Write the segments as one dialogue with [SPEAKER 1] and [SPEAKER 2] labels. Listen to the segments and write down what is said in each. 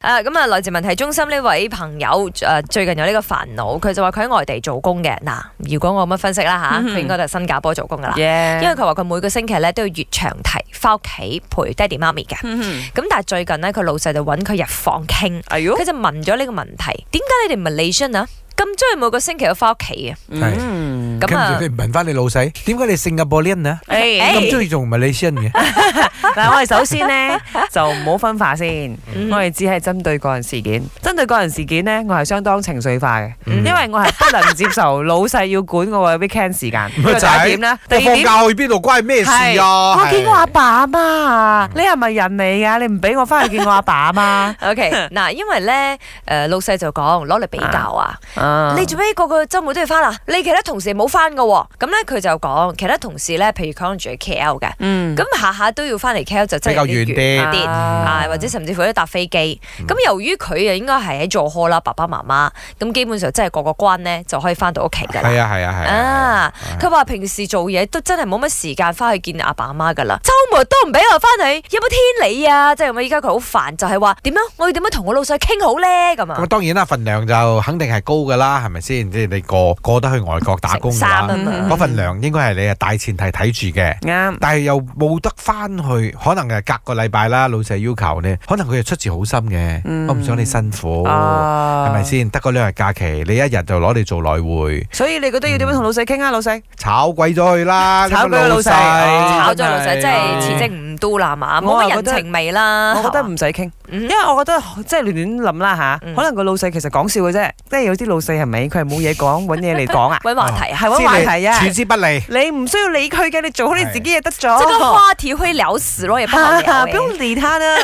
[SPEAKER 1] 啊，咁啊，來自問題中心呢位朋友誒、呃最近有呢個煩惱，佢就話佢喺外地做工嘅。嗱，如果我咁樣分析啦吓，
[SPEAKER 2] 嗯
[SPEAKER 1] 佢、應該就係新加坡做工噶啦。
[SPEAKER 2] 耶
[SPEAKER 1] 因為佢話佢每個星期咧都要越長提翻屋企陪爹哋媽咪嘅。
[SPEAKER 2] 嗯
[SPEAKER 1] 咁但係最近呢，佢老細就揾佢入房傾，
[SPEAKER 2] 哎呦
[SPEAKER 1] 佢，就問咗呢個問題：點解你哋唔係 Malaysian 啊？咁中意每個星期都翻屋企嘅？
[SPEAKER 2] 嗯，
[SPEAKER 1] 咁啊，
[SPEAKER 3] 跟住佢問返你老細，點解你Singapore人啊？
[SPEAKER 2] 哎
[SPEAKER 3] 咁鍾意做Malaysian嘅？
[SPEAKER 2] 嗱，我哋首先呢，就唔好分化先，
[SPEAKER 1] 嗯
[SPEAKER 2] 我哋只係針對個人事件。針對個人事件呢，我係相當情緒化嘅，因為我係不能接受老細要管我嘅 weekend 時間。
[SPEAKER 3] 咪
[SPEAKER 2] 呢個
[SPEAKER 3] 就
[SPEAKER 2] 第
[SPEAKER 3] 係
[SPEAKER 2] 一點啦，第二點。
[SPEAKER 3] 我放假去邊度關你咩事啊？
[SPEAKER 2] 我
[SPEAKER 3] 係。
[SPEAKER 2] 見我阿爸阿媽啊，你係咪人嚟噶？你唔俾我翻去見我阿爸阿啊媽
[SPEAKER 1] OK，嗱，因為咧，誒、老細就講攞嚟比較啊，
[SPEAKER 2] 啊？
[SPEAKER 1] 你做咩個個週末都要翻啊？你其他同事冇翻嘅喎，咁咧佢就講其他同事咧，譬如可能住喺 KL 嘅，
[SPEAKER 2] 嗯
[SPEAKER 1] 咁下下都要翻嚟 KL 就真係有
[SPEAKER 3] 比較遠啲嗯
[SPEAKER 1] 啲啊，或者甚至乎都搭飛機。咁由於佢啊應該係喺做科啦，爸爸媽媽，咁基本上真係個個關咧就可以翻到屋企㗎啦。
[SPEAKER 3] 係啊，係啊，係啊，
[SPEAKER 1] 啊！佢話平時做嘢都真係冇乜時間翻去見阿爸阿媽㗎啦，周末都唔俾我翻去，有冇天理啊？即係咁啊！依家佢好煩，就係話點樣，我要點樣同我老細傾好咧咁啊？
[SPEAKER 3] 係啊。咁當然啦，份量就肯定係高㗎啦，係咪先？即係你過-過得去外國打工嘅話，
[SPEAKER 1] 成三啊嘛
[SPEAKER 2] 嗯
[SPEAKER 3] 嗰份量應該係你係大前提睇住嘅。
[SPEAKER 2] 啱，
[SPEAKER 3] 但係又冇得翻去，可能係隔個禮拜啦，老細要求呢，可能佢係出自好心嘅，
[SPEAKER 2] 嗯哦
[SPEAKER 3] 我唔想你辛苦，哦係
[SPEAKER 2] 係
[SPEAKER 3] 咪？先？得嗰兩日假期，你一日就攞嚟做來回，
[SPEAKER 2] 所以你覺得要點樣同老細傾啊？老細，
[SPEAKER 3] 炒鬼咗 佢啦，
[SPEAKER 2] 炒
[SPEAKER 3] 咁啊個
[SPEAKER 2] 鬼個老
[SPEAKER 1] 炒
[SPEAKER 2] 細哦
[SPEAKER 1] 咗
[SPEAKER 2] 真
[SPEAKER 1] 老
[SPEAKER 2] 係
[SPEAKER 1] 細，真
[SPEAKER 3] 嗯
[SPEAKER 1] 係辭職唔 do 啦嘛，
[SPEAKER 2] 我
[SPEAKER 1] 冇
[SPEAKER 2] 啊
[SPEAKER 1] 乜
[SPEAKER 2] 覺得
[SPEAKER 1] 人情味啦。
[SPEAKER 2] 我覺得
[SPEAKER 1] 係嘛
[SPEAKER 2] 唔使傾，
[SPEAKER 1] 嗯
[SPEAKER 2] 因為我覺得即係亂亂諗啦
[SPEAKER 1] 嗯
[SPEAKER 2] 吓，可能個老細其實講笑嘅啫，即係有啲老細係咪佢係冇嘢講，揾嘢嚟講啊？
[SPEAKER 1] 搵話題啊，
[SPEAKER 2] 係揾話題啊！
[SPEAKER 3] 處之不利。
[SPEAKER 2] 你唔需要理佢嘅，你做好你自己就得咗。
[SPEAKER 1] 这个 话题会聊死咯，也不好聊欸
[SPEAKER 2] 哎不用理他 啦，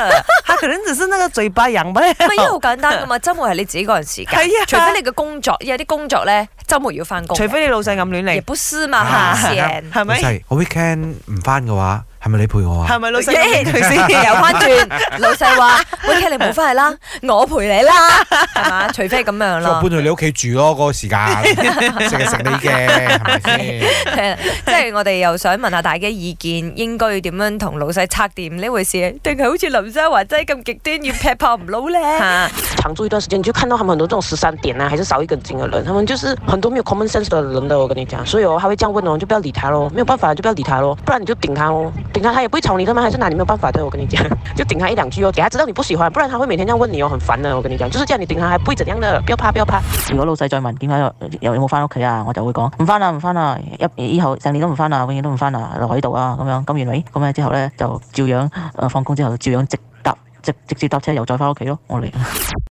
[SPEAKER 2] 他可能只是那個嘴巴癢吧。
[SPEAKER 1] 咪因為好啊簡單噶 嘛，周末係你自己個人時間
[SPEAKER 2] 係啊，
[SPEAKER 1] 除非你嘅工作，有啲工作咧周末要翻工，
[SPEAKER 2] 除非你老細暗戀
[SPEAKER 1] 亦
[SPEAKER 2] 你，
[SPEAKER 1] 不是嘛，
[SPEAKER 3] 啊
[SPEAKER 1] 下 線
[SPEAKER 2] 係
[SPEAKER 3] 老
[SPEAKER 2] 咪？
[SPEAKER 3] 細，我 weekend 唔翻嘅話，係咪你陪我
[SPEAKER 2] 係
[SPEAKER 3] 啊？
[SPEAKER 2] 咪老細暗 戀佢先？
[SPEAKER 1] 有翻 轉，老細話：喂，你唔好翻去啦，我陪你啦，係嘛？除非咁樣
[SPEAKER 3] 即係我
[SPEAKER 1] 啦
[SPEAKER 3] 搬，去你屋企住咯，嗰個時間食就食你嘅，係咪先？
[SPEAKER 1] 即係我哋又想問下大家意見，應該要點樣同老細拆掂呢回事？定係好似林生華真係咁極端，要劈炮唔撈咧？
[SPEAKER 2] 嚇
[SPEAKER 4] 常住一段时间，你就看到他们很多这种十三点啊，还是少一根筋的人，他们就是很多没有 common sense 的人的。我跟你讲，所以哦，他会这样问哦，你就不要理他咯，没有办法就不要理他咯，不然你就顶他哦，顶他他也不会吵你的嘛，还是拿你没有办法的。我跟你讲， 就顶他一两句哦，给他知道你不喜欢，不然他会每天这样问你哦，很烦的。我跟你讲，就是这样，你顶他还不会怎样的，不要怕，不要怕。
[SPEAKER 5] 如果老細再問點解有有有冇翻屋企啊，我就會講唔翻啦，唔翻啦，一以後成年都唔翻啦，永遠都唔翻啦，留喺度啊咁樣。咁原來咁咧之後呃咧就照樣誒放工之後就照樣直搭直直接搭車又再翻屋企咯，我嚟。